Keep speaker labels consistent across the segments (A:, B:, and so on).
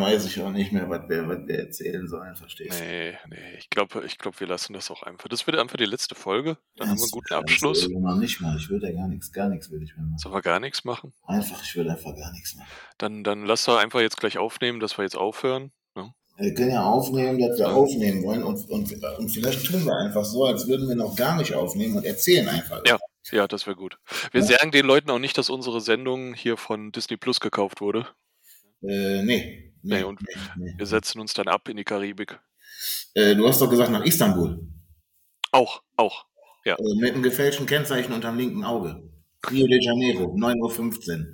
A: weiß ich auch nicht mehr, was wir, was wir erzählen sollen, verstehst du?
B: Nee, nee, ich glaube, ich glaub, wir lassen das auch einfach. Das wird einfach die letzte Folge. Dann haben wir einen guten
A: Das
B: Abschluss.
A: will ich noch nicht mal. Ich würde ja gar nichts, gar nichts würde ich mehr machen.
B: Sollen wir gar nichts machen?
A: Einfach, ich würde einfach gar nichts machen.
B: Dann, dann lass doch einfach jetzt gleich aufnehmen, dass wir jetzt aufhören.
A: Wir können ja aufnehmen, dass wir
B: Ja.
A: aufnehmen wollen und, und, und vielleicht tun wir einfach so, als würden wir noch gar nicht aufnehmen und erzählen einfach.
B: Ja. Ja, das wäre gut. Wir
A: Ja.
B: sagen den Leuten auch nicht, dass unsere Sendung hier von Disney Plus gekauft wurde.
A: Äh, nee.
B: Nee, und-
A: nee.
B: Wir setzen uns dann ab in die Karibik.
A: Äh, du hast doch gesagt, nach Istanbul.
B: Auch, auch.
A: Äh, mit einem gefälschten Kennzeichen unterm linken Auge. Rio de Janeiro, 9.15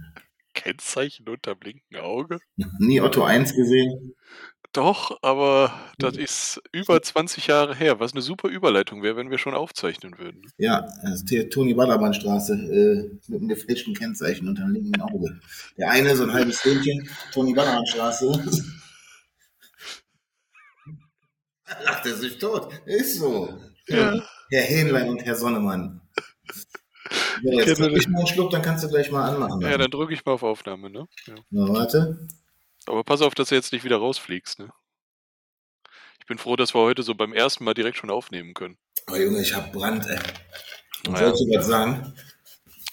B: Kennzeichen unterm linken Auge?
A: Uhr. Nie Otto 1 gesehen.
B: Doch, aber das ist über 20 Jahre her, was eine super Überleitung wäre, wenn wir schon aufzeichnen würden. ne?
A: Ja, das ist die Toni-Ballermann-Straße äh, mit einem gefälschten Kennzeichen unterm linken Auge. Der eine so ein halbes Hähnchen, Toni-Ballermann-Straße. Da Lacht er sich tot. Ist so. Herr Hähnlein und Herr Sonnemann. So,
B: Ich
A: jetzt
B: kenne
A: drück ich mal einen Schluck, dann kannst du gleich mal anmachen.
B: Ja, dann drücke ich mal auf Aufnahme, ne? Ja.
A: Na, warte.
B: Aber pass auf, dass du jetzt nicht wieder rausfliegst, ne? Ich bin froh, dass wir heute so beim ersten Mal direkt schon aufnehmen können.
A: Oh Junge, ich hab Brand, ey. Und
B: Ja.
A: sollst du was sagen?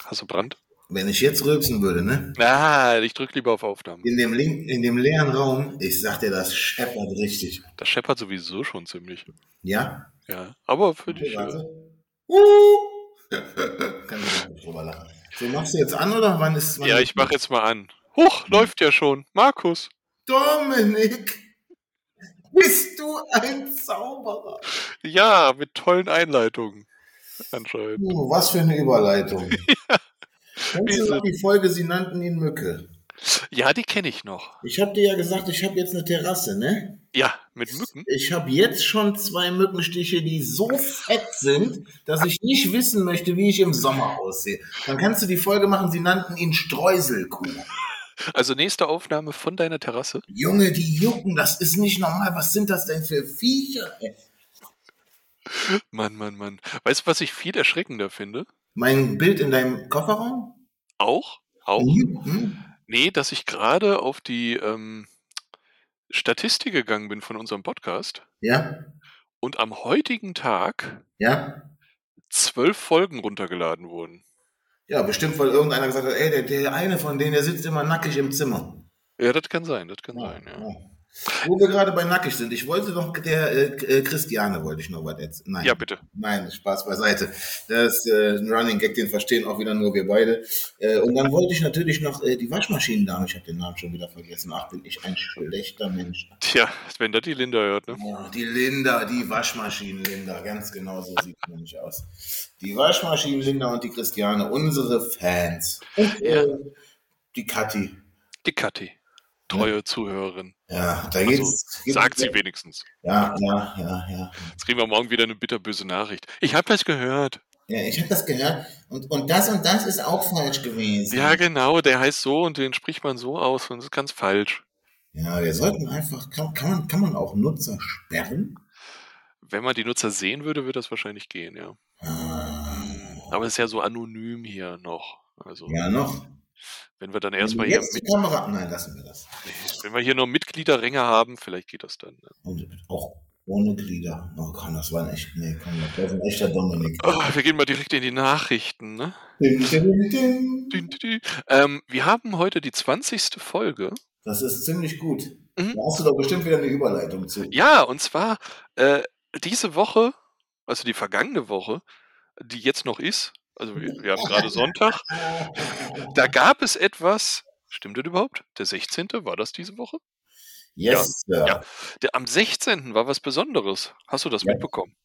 B: Hast du Brand?
A: Wenn ich jetzt rülpsen würde, ne?
B: Ah, ich drücke lieber auf Aufnahme.
A: In dem, linken, in dem leeren Raum, ich sag dir, das scheppert richtig.
B: Das scheppert sowieso schon ziemlich.
A: Ja?
B: Ja, aber für
A: Okay,
B: dich.
A: warte.
B: äh,
A: Uh! Kann ich nicht drüber lachen. So, machst du jetzt an oder wann ist wann
B: Ja, ich mache jetzt mal an. Huch, läuft ja schon. Markus.
A: Dominik! Bist du ein Zauberer?
B: Ja, mit tollen Einleitungen. Anscheinend.
A: Uh, was für eine Überleitung. Kennst du
B: Wieso?
A: noch die Folge, sie nannten ihn Mücke?
B: Ja, die kenne ich noch.
A: Ich hab dir ja gesagt, ich habe jetzt eine Terrasse, ne?
B: Ja, mit Mücken.
A: Ich habe jetzt schon zwei Mückenstiche, die so fett sind, dass ich nicht wissen möchte, wie ich im Sommer aussehe. Dann kannst du die Folge machen, sie nannten ihn Streuselkuh.
B: Also nächste Aufnahme von deiner Terrasse.
A: Junge, die jucken, das ist nicht normal. Was sind das denn für Viecher? ey?
B: Mann, Mann, Mann. Weißt du, was ich viel erschreckender finde?
A: Mein Bild in deinem Kofferraum?
B: Auch? Auch?
A: Mhm.
B: Nee, dass ich gerade auf die ähm, Statistik gegangen bin von unserem Podcast
A: Ja,
B: und am heutigen Tag
A: ja.
B: zwölf Folgen runtergeladen wurden.
A: Ja, bestimmt, weil irgendeiner gesagt hat, ey, der, der eine von denen, der sitzt immer nackig im Zimmer.
B: Ja, das kann sein, das kann sein, ja.
A: Wo wir gerade bei nackig sind, ich wollte noch, der äh, äh, Christiane wollte ich noch was erzählen. Nein.
B: Ja, bitte.
A: Nein, Spaß beiseite. Das ist äh, ein Running Gag, den verstehen auch wieder nur wir beide. Äh, und dann wollte ich natürlich noch äh, die Waschmaschinendame, ich habe den Namen schon wieder vergessen. Ach, bin ich ein schlechter Mensch.
B: Tja, wenn das die Linda hört, ne?
A: Ja, die Linda, die Waschmaschinen-Linda, ganz genau so sieht sie nämlich aus. Die Waschmaschinen-Linda und die Christiane, unsere Fans. Und, äh, Die Kathi.
B: Die Kathi. Treue Zuhörerin.
A: Ja, da
B: Also,
A: geht's. geht's-
B: sagt sie wenigstens.
A: Ja, ja, ja, ja.
B: Jetzt kriegen wir morgen wieder eine bitterböse Nachricht. Ich habe das gehört.
A: Ja, ich habe das gehört. Und, und das und das ist auch falsch gewesen.
B: Ja, genau, der heißt so und den spricht man so aus und das ist ganz falsch.
A: Ja, wir sollten einfach, kann, kann, man, kann man auch Nutzer sperren?
B: Wenn man die Nutzer sehen würde, würde das wahrscheinlich gehen, ja.
A: Ah,
B: Aber es ist ja so anonym hier noch. Also,
A: ja, noch.
B: wenn wir dann
A: Wenn
B: erstmal
A: du
B: hier,
A: jetzt die
B: mit,
A: Kamera. Nein, lassen wir das.
B: wenn wir hier nur Mitgliederränge haben, vielleicht geht das dann. Ne?
A: Und auch ohne Glieder. Oh, komm, das war ein echt. Nee, komm, das war ein echter Dominik.
B: Oh, wir gehen mal direkt in die Nachrichten, ne?
A: Dim, dim, dim.
B: Dü, dü, dü. Ähm, wir haben heute die 20. Folge.
A: Das ist ziemlich gut.
B: Mhm.
A: Da hast du doch bestimmt wieder eine Überleitung zu.
B: Ja, und zwar äh, diese Woche, also die vergangene Woche, die jetzt noch ist, also wir, wir haben gerade Sonntag, da gab es etwas, stimmt das überhaupt? Der 16. war das diese Woche?
A: Yes, Sir.
B: Ja. Der, am 16. war was Besonderes. Hast du das
A: Ja.
B: mitbekommen?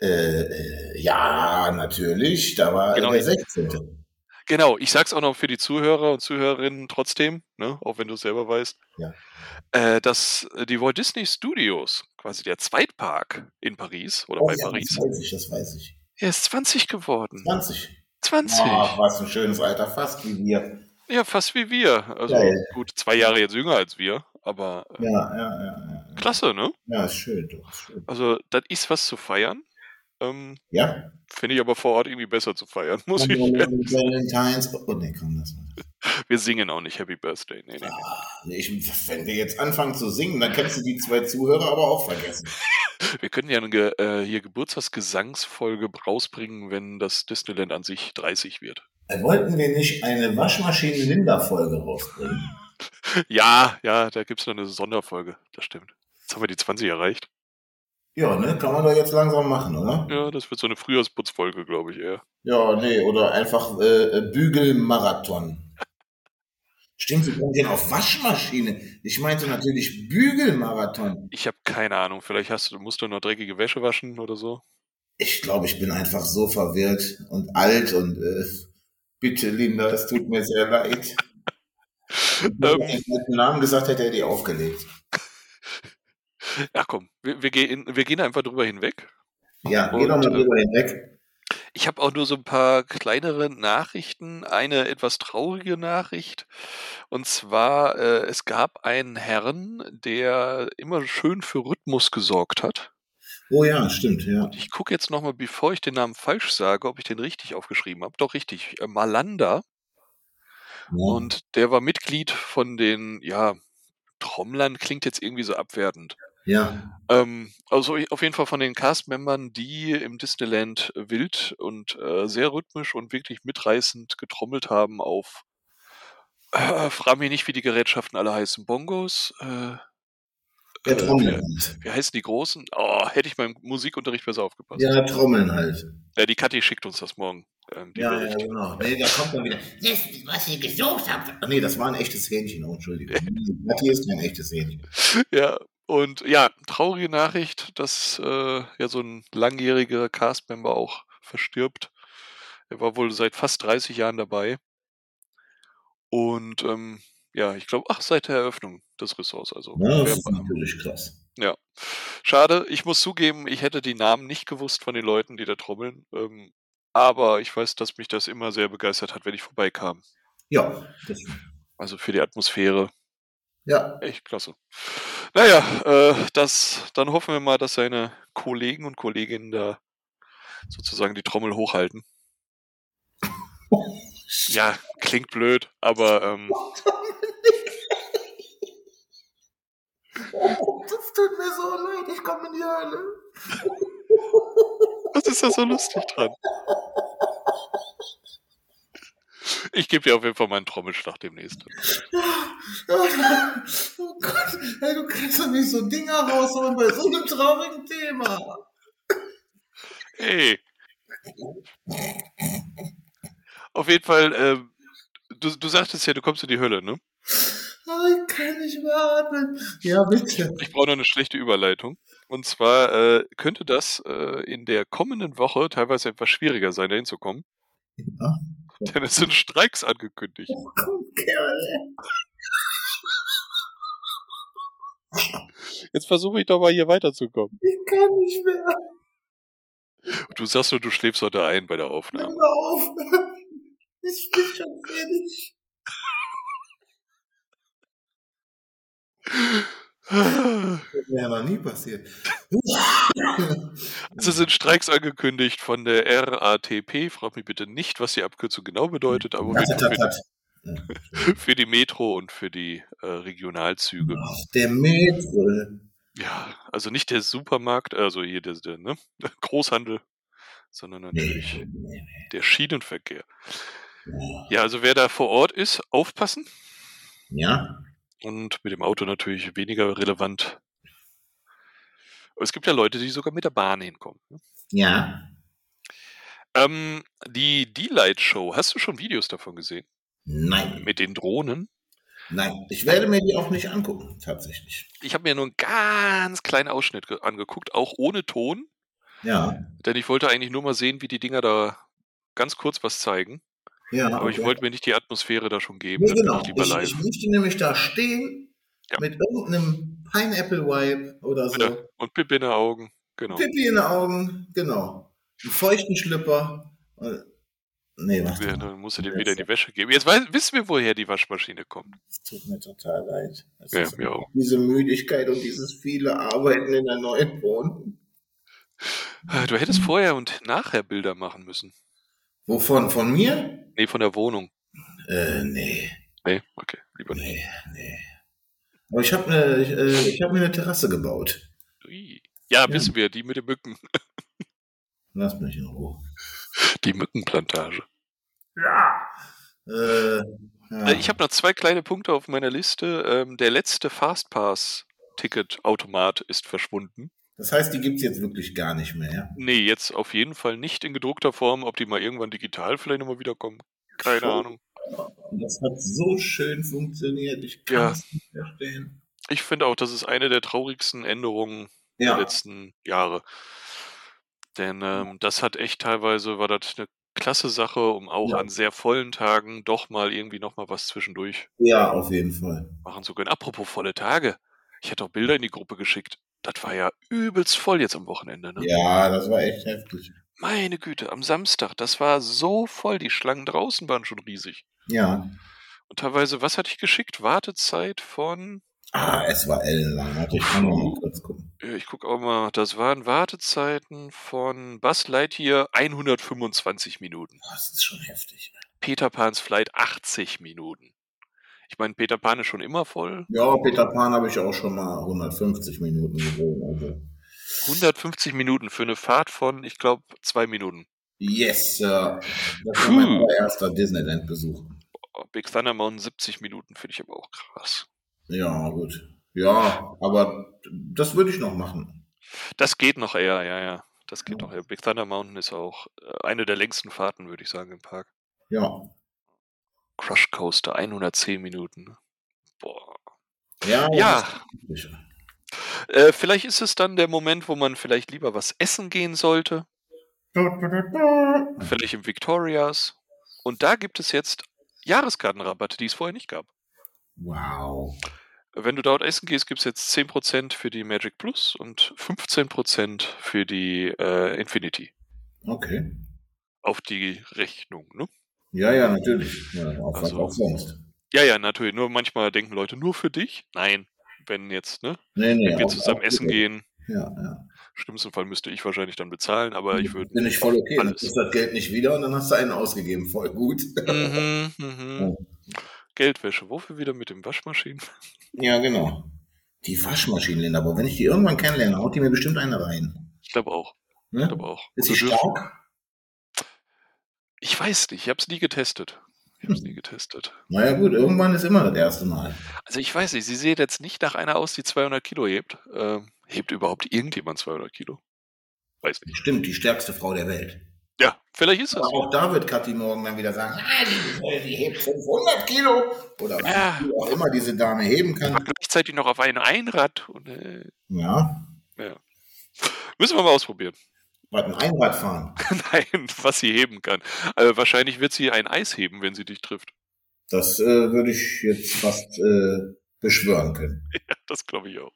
A: Äh, äh, ja, natürlich. Da war
B: Genau.
A: der 16.
B: Genau, ich sag's auch noch für die Zuhörer und Zuhörerinnen trotzdem, ne, auch wenn du es selber weißt,
A: Ja.
B: äh, dass äh, die Walt Disney Studios, quasi der Zweitpark in Paris oder
A: Oh,
B: bei
A: ja,
B: Paris,
A: Das weiß ich, das weiß ich.
B: er ist 20 geworden.
A: 20.
B: 20!
A: Ach, was ein schönes Alter, fast wie wir.
B: Ja, fast wie wir. Also
A: Geil.
B: gut, zwei Jahre jetzt jünger als wir, aber äh,
A: Ja, ja, ja. Ja,
B: klasse, ne?
A: ja ist schön, doch. Ist schön.
B: Also das ist was zu feiern. Ähm,
A: Ja?
B: Finde ich aber vor Ort irgendwie besser zu feiern, muss ich.
A: Valentines. Oh, nee, komm, lass mal.
B: Wir singen auch nicht Happy Birthday. ne, Nee, nee. nee.
A: Nee, Ich, wenn wir jetzt anfangen zu singen, dann kannst du die zwei Zuhörer aber auch vergessen.
B: Wir können ja eine Ge äh, hier Geburtstagsgesangsfolge rausbringen, wenn das Disneyland an sich 30 wird.
A: Äh, Wollten wir nicht eine Waschmaschinen-Linda-Folge rausbringen?
B: Ja, ja, da gibt es noch eine Sonderfolge. Das stimmt. Jetzt haben wir die 20 erreicht.
A: Ja, ne? Kann man doch jetzt langsam machen, oder?
B: Ja, das wird so eine Frühjahrsputzfolge, glaube ich eher.
A: Ja, nee, oder einfach äh, äh, Bügelmarathon. Stimmt, wir kommen hier auf Waschmaschine. Ich meinte natürlich Bügelmarathon.
B: Ich habe keine Ahnung. Vielleicht hast du, musst du noch dreckige Wäsche waschen oder so.
A: Ich glaube, ich bin einfach so verwirrt und alt und äh, bitte, Linda, es tut mir sehr leid. Wenn
B: Ähm.
A: ich den Namen gesagt hätte, hätte ich aufgelegt.
B: Ach komm, wir, wir, gehen, wir gehen einfach drüber hinweg.
A: Ja, geh
B: Und,
A: doch mal
B: äh,
A: drüber hinweg.
B: Ich habe auch nur so ein paar kleinere Nachrichten. Eine etwas traurige Nachricht. Und zwar, äh, es gab einen Herrn, der immer schön für Rhythmus gesorgt hat.
A: Oh ja, stimmt, ja.
B: Ich gucke jetzt nochmal, bevor ich den Namen falsch sage, ob ich den richtig aufgeschrieben habe. Doch richtig, äh, Malanda.
A: ja.
B: Und der war Mitglied von den, ja, Trommlern klingt jetzt irgendwie so abwertend.
A: Ja,
B: Ähm, also auf jeden Fall von den Cast-Membern, die im Disneyland wild und äh, sehr rhythmisch und wirklich mitreißend getrommelt haben auf, äh, frag mich nicht, wie die Gerätschaften alle heißen, Bongos, äh,
A: ja
B: äh,
A: Trommeln
B: wie,
A: halt.
B: wie heißen die Großen? Oh, hätte ich beim Musikunterricht besser aufgepasst. Ja,
A: Ja, Trommeln halt.
B: die Kathi schickt uns das morgen. Ähm, die
A: Ja, ja,
B: Berichte.
A: genau. Nee, da kommt dann wieder, das, was ihr gesucht habt. Ach nee, das war ein echtes Hähnchen, oh, Entschuldigung. Matti ist kein echtes Hähnchen.
B: Ja, und ja, traurige Nachricht, dass äh, ja so ein langjähriger Castmember auch verstirbt. Er war wohl seit fast 30 Jahren dabei. Und ähm, ja, ich glaube, ach, seit der Eröffnung des Ressorts. Also
A: Ja, das
B: wer-
A: ist natürlich krass.
B: schade, ich muss zugeben, ich hätte die Namen nicht gewusst von den Leuten, die da trommeln. Ähm, aber ich weiß, dass mich das immer sehr begeistert hat, wenn ich vorbeikam.
A: Ja, das,
B: Also für die Atmosphäre.
A: ja.
B: Echt klasse. Naja, äh, das, dann hoffen wir mal, dass seine Kollegen und Kolleginnen da sozusagen die Trommel hochhalten. Ja, klingt blöd, aber ähm,
A: Oh, das tut mir so leid, ich komme in die Hölle.
B: was ist da so lustig dran? Ich gebe dir auf jeden Fall meinen Trommelschlag demnächst.
A: Oh Gott, ey, du kannst doch nicht so Dinger raushauen bei so einem traurigen Thema.
B: Hey! Auf jeden Fall, ähm, du, du sagtest ja, du kommst in die Hölle, ne?
A: Oh, ich kann nicht mehr atmen. Ja, bitte.
B: Ich brauche noch eine schlechte Überleitung. Und zwar äh, könnte das äh, in der kommenden Woche teilweise etwas schwieriger sein, dahin zu kommen.
A: Ja.
B: Denn es sind Streiks angekündigt.
A: Komm, Kerl.
B: Jetzt versuche ich doch mal hier weiterzukommen.
A: Ich kann nicht mehr.
B: Du sagst nur, du schläfst heute ein bei der
A: Hör
B: Aufnahme.
A: auf. Ich bin schon fertig. Das wäre noch nie passiert.
B: Also sind Streiks angekündigt von der RATP. Frag mich bitte nicht, was die Abkürzung genau bedeutet, aber
A: Tat, tat,
B: für,
A: tat.
B: für, für die Metro und für die äh, Regionalzüge.
A: Ach, der Metro.
B: Ja, also nicht der Supermarkt, also hier der, der ne? Großhandel, sondern
A: Nee.
B: natürlich der Schienenverkehr. Ja, also wer da vor Ort ist, aufpassen
A: Ja?
B: und mit dem Auto natürlich weniger relevant. Aber es gibt ja Leute, die sogar mit der Bahn hinkommen. ne?
A: Ja.
B: Ähm, die D-Light Show, hast du schon Videos davon gesehen?
A: Nein.
B: Mit den Drohnen?
A: Nein. Ich werde mir die auch nicht angucken, tatsächlich.
B: Ich habe mir nur einen ganz kleinen Ausschnitt ge- angeguckt, auch ohne Ton,
A: Ja.
B: denn ich wollte eigentlich nur mal sehen, wie die Dinger da ganz kurz was zeigen.
A: Ja.
B: Aber ich
A: okay.
B: wollte mir nicht die Atmosphäre da schon geben.
A: Nee,
B: dann bin
A: genau.
B: ich lieber
A: Ich, ich
B: live.
A: möchte nämlich da stehen
B: Ja.
A: mit irgendeinem Pineapple Wipe oder so.
B: Bitte. Und Pip in den Augen. Genau.
A: Pipi in den Augen, genau. Einen feuchten Schlipper. Und- Nee, was?
B: Ja, dann musst du dem
A: Jetzt.
B: wieder in die Wäsche geben. Jetzt weiß, wissen wir, woher die Waschmaschine kommt.
A: Es tut mir total leid. Es
B: Ja,
A: ist
B: mir auch.
A: diese Müdigkeit und dieses viele Arbeiten in der neuen Wohnung.
B: Äh, Du hättest vorher und nachher Bilder machen müssen.
A: Wovon? Von mir?
B: Nee, von der Wohnung.
A: Äh, nee.
B: Nee, okay, lieber nicht.
A: Nee, nee. Aber ich habe ne, ich, äh, ich hab mir eine Terrasse gebaut.
B: Ui. Ja, wissen wir, die mit den Mücken.
A: Lass mich in Ruhe.
B: Die Mückenplantage.
A: Ja. Äh, ja.
B: Äh, Ich habe noch zwei kleine Punkte auf meiner Liste. Ähm, der letzte Fastpass-Ticket-Automat ist verschwunden.
A: das heißt, die gibt's jetzt wirklich gar nicht mehr. Ja?
B: Nee, jetzt auf jeden Fall nicht in gedruckter Form. Ob die mal irgendwann digital vielleicht nochmal wiederkommen. Keine
A: Oh.
B: Ahnung.
A: Und das hat so schön funktioniert. Ich
B: Ja.
A: kann es nicht verstehen.
B: Ich finde auch, das ist eine der traurigsten Änderungen
A: Ja. Hm.
B: der letzten Jahre. Denn ähm, das hat echt teilweise, war das eine klasse Sache, um auch
A: Ja.
B: an sehr vollen Tagen doch mal irgendwie nochmal was zwischendurch
A: ja, auf jeden Fall.
B: machen zu können. Apropos volle Tage. Ich hatte auch Bilder in die Gruppe geschickt. Das war ja übelst voll jetzt am Wochenende. Ne?
A: Ja, das war echt heftig.
B: Meine Güte, am Samstag, das war so voll. Die Schlangen draußen waren schon riesig.
A: Ja.
B: Und teilweise, was hatte ich geschickt? Wartezeit von
A: Ah, es war ellenlang. Warte, ich kann noch mal kurz gucken.
B: Ja, äh, Ich gucke auch mal, das waren Wartezeiten von Buzz Lightyear 125 Minuten,
A: Boah, das ist schon heftig.
B: Peter Pan's Flight 80 Minuten. Ich meine, Peter Pan ist schon immer voll.
A: Ja, Peter Pan habe ich auch schon mal 150 Minuten gewogen. Also.
B: 150 Minuten für eine Fahrt von, ich glaube, zwei Minuten.
A: Yes, Sir. Das war
B: Puh.
A: mein allererster Disneyland-Besuch.
B: Oh, Big Thunder Mountain 70 Minuten finde ich aber auch krass.
A: Ja, gut. Ja, aber das würde ich noch machen.
B: Das geht noch eher, ja, ja. Das geht noch eher. Big Thunder Mountain ist auch äh, eine der längsten Fahrten, würde ich sagen, im Park.
A: Ja.
B: Crush Coaster 110 Minuten. Boah.
A: Ja.
B: Ja,
A: Oh, das-
B: Äh, vielleicht ist es dann der Moment, wo man vielleicht lieber was essen gehen sollte.
A: Mhm.
B: Vielleicht im Victorias. Und da gibt es jetzt Jahreskartenrabatte, die es vorher nicht gab.
A: Wow.
B: Wenn du dort essen gehst, gibt es jetzt 10% für die Magic Plus und 15% für die äh, Infinity.
A: Okay.
B: Auf die Rechnung, ne?
A: Ja, ja, natürlich. Ja, auch, was
B: Also-
A: auch sonst.
B: Ja, ja, natürlich. Nur manchmal denken Leute, nur für dich? Nein. Wenn jetzt, ne?
A: Nee, nee.
B: Wenn wir
A: auch-
B: zusammen
A: auch-
B: essen gehen,
A: Ja, ja.
B: schlimmsten Fall müsste ich wahrscheinlich dann bezahlen, aber ich würde.
A: Bin ich voll okay. Dann
B: Alles.
A: kriegst du das Geld nicht wieder und dann hast du einen ausgegeben. Voll gut.
B: Mhm, mhm. Geldwäsche. Wofür wieder mit dem Waschmaschinen?
A: Ja, genau. Die Waschmaschine, Linda, aber wenn ich die irgendwann kennenlerne, haut die mir bestimmt eine rein.
B: Ich glaube auch. Ich
A: Ne?
B: glaube auch.
A: Ist
B: Oder
A: sie
B: dürfen-
A: stark?
B: Ich weiß nicht, ich habe es nie getestet. Ich habe es nie getestet.
A: Naja, gut, irgendwann ist immer das erste Mal.
B: Also ich weiß nicht, sie sieht jetzt nicht nach einer aus, die 200 Kilo hebt. Ähm, hebt überhaupt irgendjemand 200 Kilo? Weiß nicht.
A: Stimmt, die stärkste Frau der Welt.
B: Ja, vielleicht ist das.
A: Aber auch da wird Kathi morgen dann wieder sagen, ah, die, die hebt 500 Kilo. Oder was
B: Ja,
A: wie auch immer diese Dame heben
B: war
A: kann.
B: Ah, gleichzeitig noch auf einem Einrad. Und, äh,
A: Ja,
B: müssen wir mal ausprobieren.
A: was ein Einrad fahren.
B: Nein, was sie heben kann. Äh, wahrscheinlich wird sie ein Eis heben, wenn sie dich trifft.
A: Das äh, würde ich jetzt fast äh, beschwören können.
B: Das glaube ich auch.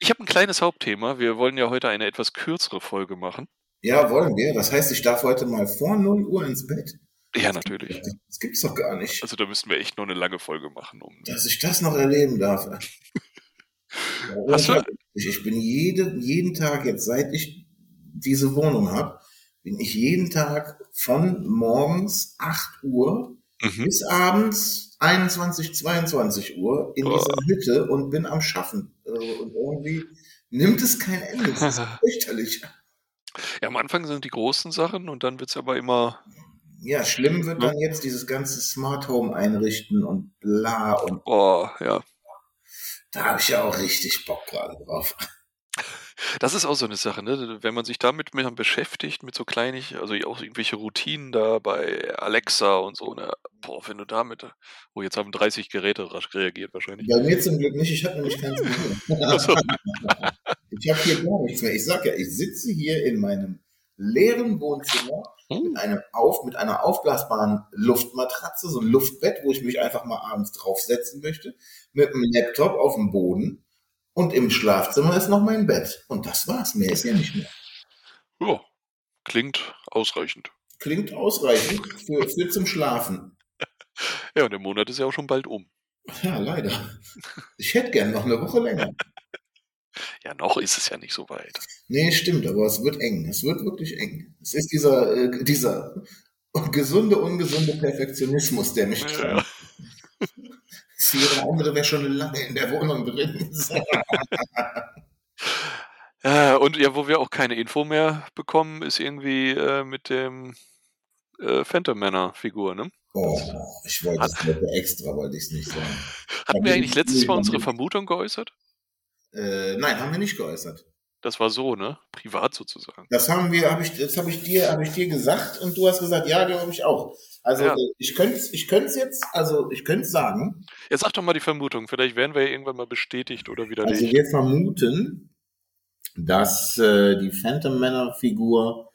B: Ich habe ein kleines Hauptthema. Wir wollen ja heute eine etwas kürzere Folge machen.
A: Ja, wollen wir. Das heißt, ich darf heute mal vor 0 Uhr ins Bett.
B: Ja, natürlich.
A: Das gibt's doch gar nicht.
B: Also da müssten wir echt noch eine lange Folge machen, um
A: dass ich das noch erleben darf. Ja,
B: Hast du-
A: Ich, ich bin jede, jeden Tag, jetzt seit ich diese Wohnung habe, bin ich jeden Tag von morgens 8 Uhr
B: Mhm.
A: bis abends 21, 22 Uhr in
B: Boah.
A: dieser Hütte und bin am Schaffen. Äh, Und irgendwie nimmt es kein Ende. Es ist fürchterlich.
B: Ja, am Anfang sind die großen Sachen und dann wird es aber immer.
A: Ja, schlimm wird dann jetzt dieses ganze Smart Home einrichten und bla. Und
B: Oh, ja.
A: da habe ich ja auch richtig Bock gerade drauf.
B: Das ist auch so eine Sache, ne? Wenn man sich damit mit beschäftigt, mit so kleinig, also auch irgendwelche Routinen da bei Alexa und so, ne? Boah, wenn du damit. Oh, jetzt haben 30 Geräte rasch reagiert wahrscheinlich.
A: Bei mir zum Glück nicht, ich habe nämlich keins mehr.
B: Also,
A: Ich habe hier gar nichts mehr. Ich sag ja, ich sitze hier in meinem leeren Wohnzimmer mit, einem auf, mit einer aufblasbaren Luftmatratze, so ein Luftbett, wo ich mich einfach mal abends draufsetzen möchte, mit einem Laptop auf dem Boden und im Schlafzimmer ist noch mein Bett. Und das war's, mehr ist ja nicht mehr.
B: ja, klingt ausreichend.
A: Klingt ausreichend für, für zum Schlafen.
B: Ja, und der Monat ist ja auch schon bald um.
A: Ja, leider. Ich hätte gern noch eine Woche länger.
B: Ja, noch ist es ja nicht so weit.
A: Nee, stimmt, aber es wird eng. Es wird wirklich eng. Es ist dieser, äh, dieser gesunde, ungesunde Perfektionismus, der mich
B: Ja.
A: treibt. Für ihre andere wäre schon lange in der Wohnung drin.
B: Ja, Äh, und ja, wo wir auch keine Info mehr bekommen, ist irgendwie äh, mit dem äh, Phantom Manor Figur, ne?
A: Oh, ich wollte es nicht, extra wollte ich es nicht sagen.
B: Hatten wir
A: bin
B: eigentlich
A: ich
B: letztes
A: nicht
B: Mal unsere
A: damit.
B: Vermutung geäußert?
A: Äh, nein, haben wir nicht geäußert.
B: Das war so, ne? Privat sozusagen.
A: Das haben wir, habe ich, das habe ich dir, habe ich dir gesagt und du hast gesagt, ja, glaube ich auch. Also
B: Ja.
A: äh, ich könnte es ich könnte es jetzt, also ich könnte es sagen.
B: Jetzt sag doch mal die Vermutung. Vielleicht werden wir ja irgendwann mal bestätigt oder wieder
A: Also
B: nicht.
A: wir vermuten, dass äh, die Phantom Manor Figur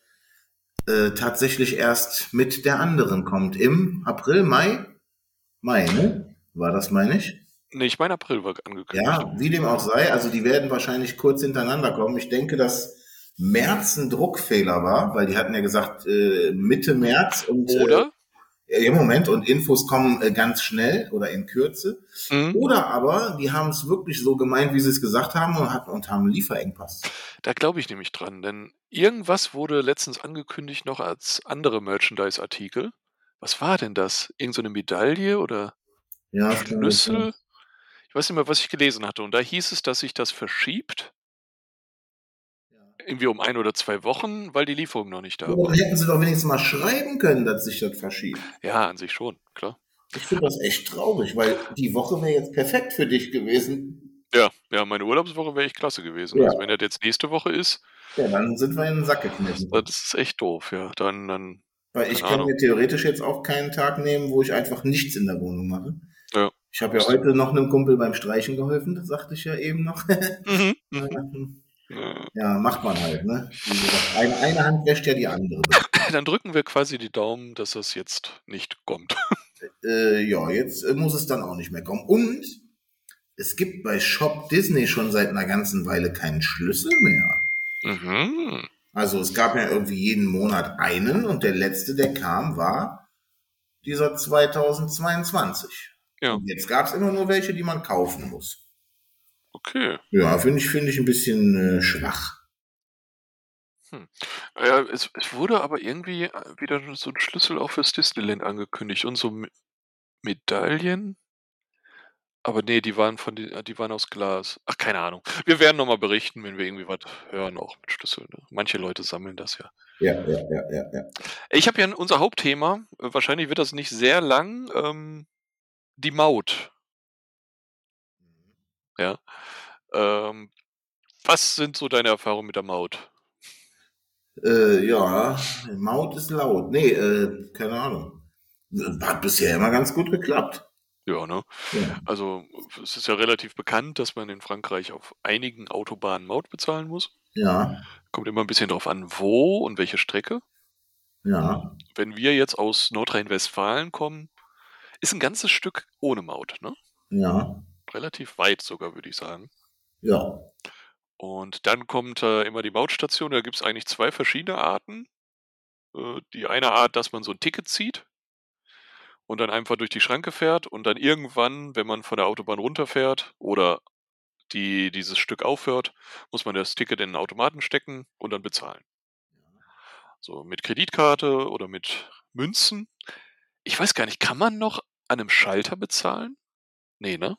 A: äh, tatsächlich erst mit der anderen kommt. Im April, Mai? Mai, ne? War das, meine ich?
B: Nee, ich meine April war angekündigt.
A: Ja, wie dem auch sei, also die werden wahrscheinlich kurz hintereinander kommen. Ich denke, dass März ein Druckfehler war, weil die hatten ja gesagt äh, Mitte März und
B: Oder?
A: Äh, im Moment und Infos kommen äh, ganz schnell oder in Kürze.
B: Mhm.
A: Oder aber die haben es wirklich so gemeint, wie sie es gesagt haben und, hat, und haben einen Lieferengpass.
B: Da glaube ich nämlich dran, denn irgendwas wurde letztens angekündigt noch als andere Merchandise-Artikel. Was war denn das? Irgend so eine Medaille oder
A: Ja, das kann gut sein.
B: Schlüssel? Ich weiß nicht mehr, was ich gelesen hatte. Und da hieß es, dass sich das verschiebt. Irgendwie um ein oder zwei Wochen, weil die Lieferung noch nicht da
A: Ja,
B: war.
A: dann hätten sie doch wenigstens mal schreiben können, dass sich das verschiebt.
B: Ja, an sich schon, klar.
A: Ich finde das echt traurig, weil die Woche wäre jetzt perfekt für dich gewesen.
B: Ja, ja, meine Urlaubswoche wäre echt klasse gewesen.
A: Ja.
B: Also wenn das jetzt nächste Woche ist,
A: Ja, dann sind wir in den Sack gekniffen.
B: das ist echt doof, ja. Dann, dann,
A: Weil ich
B: Keine
A: kann
B: Ahnung.
A: mir theoretisch jetzt auch keinen Tag nehmen, wo ich einfach nichts in der Wohnung mache.
B: Ja.
A: Ich habe ja heute noch einem Kumpel beim Streichen geholfen, das sagte ich ja eben noch.
B: mhm. mhm.
A: ja,
B: Ja.
A: macht man halt, ne? Wie gesagt, Eine, eine Hand wäscht ja die andere.
B: dann drücken wir quasi die Daumen, dass das jetzt nicht kommt.
A: Äh, ja, jetzt äh, muss es dann auch nicht mehr kommen. Und es gibt bei Shop Disney schon seit einer ganzen Weile keinen Schlüssel mehr.
B: Mhm.
A: Also es gab ja irgendwie jeden Monat einen und der letzte, der kam, war dieser 2022.
B: Ja.
A: Und jetzt gab es immer nur welche, die man kaufen muss.
B: Okay.
A: Ja, finde ich, finde ich ein bisschen äh, schwach.
B: Ja, es, es wurde aber irgendwie äh, wieder so ein Schlüssel auch fürs Disneyland angekündigt und so Me- Medaillen. Aber nee, die waren von äh, die, die waren aus Glas. Ach, keine Ahnung. Wir werden nochmal berichten, wenn wir irgendwie was hören, auch mit Schlüsseln. Ne? Manche Leute sammeln das ja.
A: Ja, ja, ja, ja, ja.
B: Ich habe ja unser Hauptthema, äh, wahrscheinlich wird das nicht sehr lang, ähm, die Maut. Ja. Ähm, was sind so deine Erfahrungen mit der Maut?
A: Äh, ja, Maut ist laut. Nee, äh, keine Ahnung. Hat bisher immer ganz gut geklappt.
B: Ja, ne?
A: Ja.
B: Also es ist ja relativ bekannt, dass man in Frankreich auf einigen Autobahnen Maut bezahlen muss.
A: Ja,
B: Kommt immer ein bisschen drauf an, wo und welche Strecke.
A: ja.
B: Wenn wir jetzt aus Nordrhein-Westfalen kommen, ist ein ganzes Stück ohne Maut, ne?
A: Ja.
B: Relativ weit sogar, würde ich sagen.
A: Ja.
B: Und dann kommt äh, immer die Mautstation. Da gibt es eigentlich zwei verschiedene Arten. Äh, die eine Art, dass man so ein Ticket zieht und dann einfach durch die Schranke fährt und dann irgendwann, wenn man von der Autobahn runterfährt oder die, dieses Stück aufhört, muss man das Ticket in den Automaten stecken und dann bezahlen. So mit Kreditkarte oder mit Münzen. Ich weiß gar nicht, kann man noch an einem Schalter bezahlen? Nee, ne?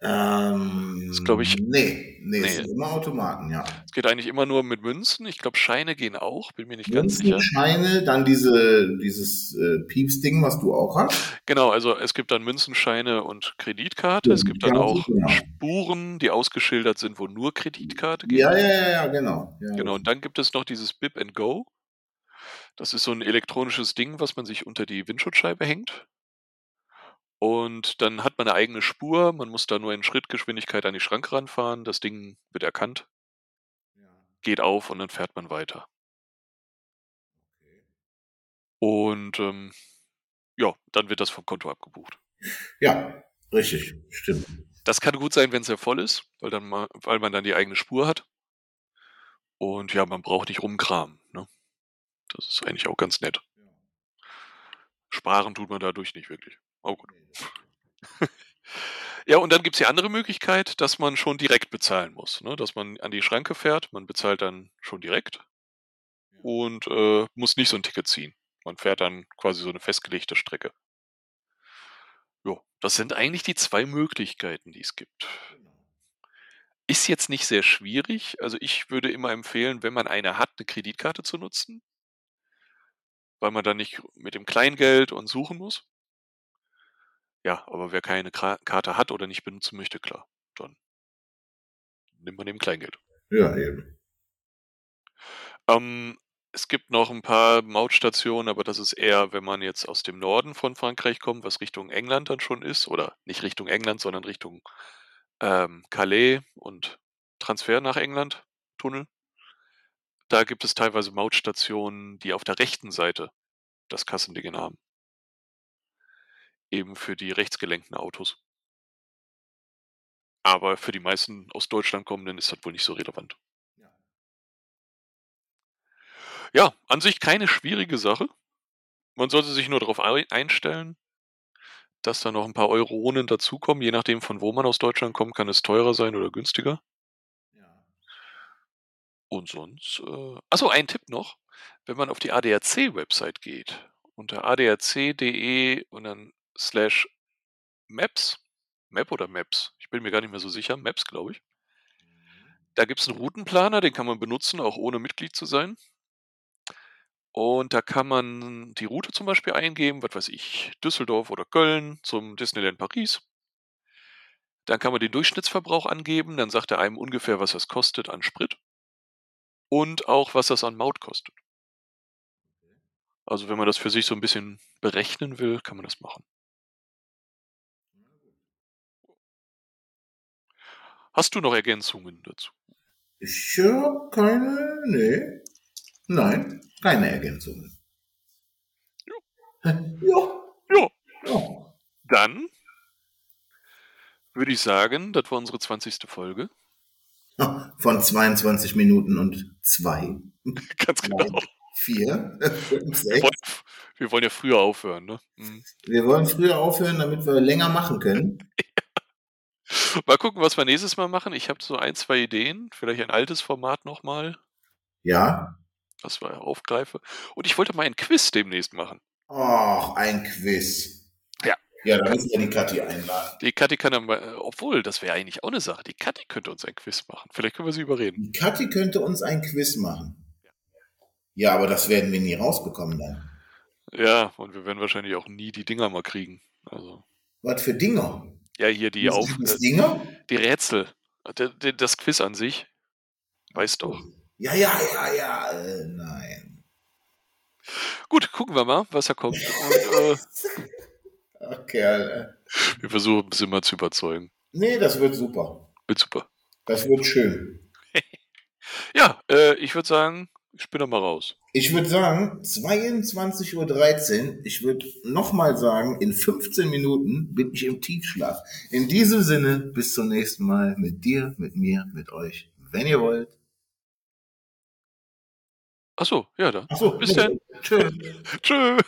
A: Ähm,
B: Ist, glaub ich-
A: Nee, nee, es
B: Nee.
A: sind immer Automaten, ja.
B: Es geht eigentlich immer nur mit Münzen. Ich glaube, Scheine gehen auch, bin mir nicht ganz
A: Münzen,
B: sicher.
A: Scheine, dann diese, dieses äh, Pieps-Ding, was du auch hast.
B: Genau, also es gibt dann Münzenscheine und Kreditkarte. Es gibt dann
A: Ja,
B: auch
A: genau.
B: Spuren, die ausgeschildert sind, wo nur Kreditkarte geht.
A: Ja, ja, ja, ja, genau. Ja,
B: Genau, und dann gibt es noch dieses Bip and Go. Das ist so ein elektronisches Ding, was man sich unter die Windschutzscheibe hängt. Und dann hat man eine eigene Spur. Man muss da nur in Schrittgeschwindigkeit an die Schranke ranfahren. Das Ding wird erkannt, geht auf und dann fährt man weiter. Und ähm, ja, dann wird das vom Konto abgebucht.
A: Ja, richtig, stimmt.
B: Das kann gut sein, wenn es ja voll ist, weil, dann ma- weil man dann die eigene Spur hat. Und ja, man braucht nicht rumkramen. Ne? Das ist eigentlich auch ganz nett. Sparen tut man dadurch nicht wirklich. Aber gut. Ja, und dann gibt es die andere Möglichkeit, dass man schon direkt bezahlen muss. Ne? Dass man an die Schranke fährt, man bezahlt dann schon direkt und äh, muss nicht so ein Ticket ziehen. Man fährt dann quasi so eine festgelegte Strecke. Jo, das sind eigentlich die zwei Möglichkeiten, die es gibt. Ist jetzt nicht sehr schwierig. Also ich würde immer empfehlen, wenn man eine hat, eine Kreditkarte zu nutzen, weil man dann nicht mit dem Kleingeld und suchen muss. Ja, aber wer keine Kra- Karte hat oder nicht benutzen möchte, klar, dann nimmt man eben Kleingeld.
A: Ja, eben.
B: Ähm, es gibt noch ein paar Mautstationen, aber das ist eher, wenn man jetzt aus dem Norden von Frankreich kommt, was Richtung England dann schon ist, oder nicht Richtung England, sondern Richtung ähm, Calais und Transfer nach England, Tunnel. Da gibt es teilweise Mautstationen, die auf der rechten Seite das Kassendingen haben. Eben für die rechtsgelenkten Autos. Aber für die meisten aus Deutschland kommenden ist das wohl nicht so relevant.
A: Ja.
B: Ja, an sich keine schwierige Sache. Man sollte sich nur darauf ei- einstellen, dass da noch ein paar Euronen dazukommen. Je nachdem, von wo man aus Deutschland kommt, kann es teurer sein oder günstiger.
A: ja.
B: Und sonst. Äh, achso, ein Tipp noch. Wenn man auf die ADAC-Website geht, unter adac.de E und dann slash Maps, Map oder Maps, ich bin mir gar nicht mehr so sicher, Maps glaube ich. Da gibt es einen Routenplaner, den kann man benutzen, auch ohne Mitglied zu sein. Und da kann man die Route zum Beispiel eingeben, was weiß ich, Düsseldorf oder Köln zum Disneyland Paris. Dann kann man den Durchschnittsverbrauch angeben, dann sagt er einem ungefähr, was das kostet an Sprit und auch, was das an Maut kostet. Also wenn man das für sich so ein bisschen berechnen will, kann man das machen. Hast du noch Ergänzungen dazu?
A: Ich höre keine, nee. Nein, keine Ergänzungen. Ja.
B: Ja.
A: ja.
B: Dann würde ich sagen, das war unsere 20. Folge.
A: ja. Von 22 Minuten und 2,
B: Ganz genau.
A: 4, 5,
B: Wir
A: 6.
B: wollen, wir wollen ja früher aufhören, ne? Mhm.
A: Wir wollen früher aufhören, damit wir länger machen können.
B: Mal gucken, was wir nächstes Mal machen. Ich habe so ein, zwei Ideen. Vielleicht ein altes Format nochmal,
A: Ja.
B: was wir aufgreife. Und ich wollte mal einen Quiz demnächst machen.
A: Och, ein Quiz.
B: Ja.
A: Ja, da müssen wir die Kathi einladen.
B: Die Kathi kann dann mal, äh, obwohl, das wäre eigentlich auch eine Sache. Die Kathi könnte uns ein Quiz machen. Vielleicht können wir sie überreden.
A: Die Kathi könnte uns ein Quiz machen. Ja, aber das werden wir nie rausbekommen dann.
B: Ja, und wir werden wahrscheinlich auch nie die Dinger mal kriegen. Also,
A: Was für Dinger?
B: ja, hier die auf,
A: Sind das
B: äh,
A: Dinger?
B: die Rätsel. D- d- Das Quiz an sich. Weißt doch.
A: Ja, ja, ja, ja. Äh, nein.
B: Gut, gucken wir mal, was da kommt. Und, äh,
A: Ach, Kerl. Äh.
B: wir versuchen es immer zu überzeugen.
A: Nee, das wird super.
B: Wird super.
A: Das wird schön.
B: Ja, äh, ich würde sagen, ich bin da mal raus.
A: Ich würde sagen, 22.13 Uhr, ich würde nochmal sagen, in 15 Minuten bin ich im Tiefschlaf. In diesem Sinne, bis zum nächsten Mal mit dir, mit mir, mit euch, wenn ihr wollt.
B: Achso, ja, dann.
A: Achso,
B: Bis dann.
A: Tschüss.
B: Tschö.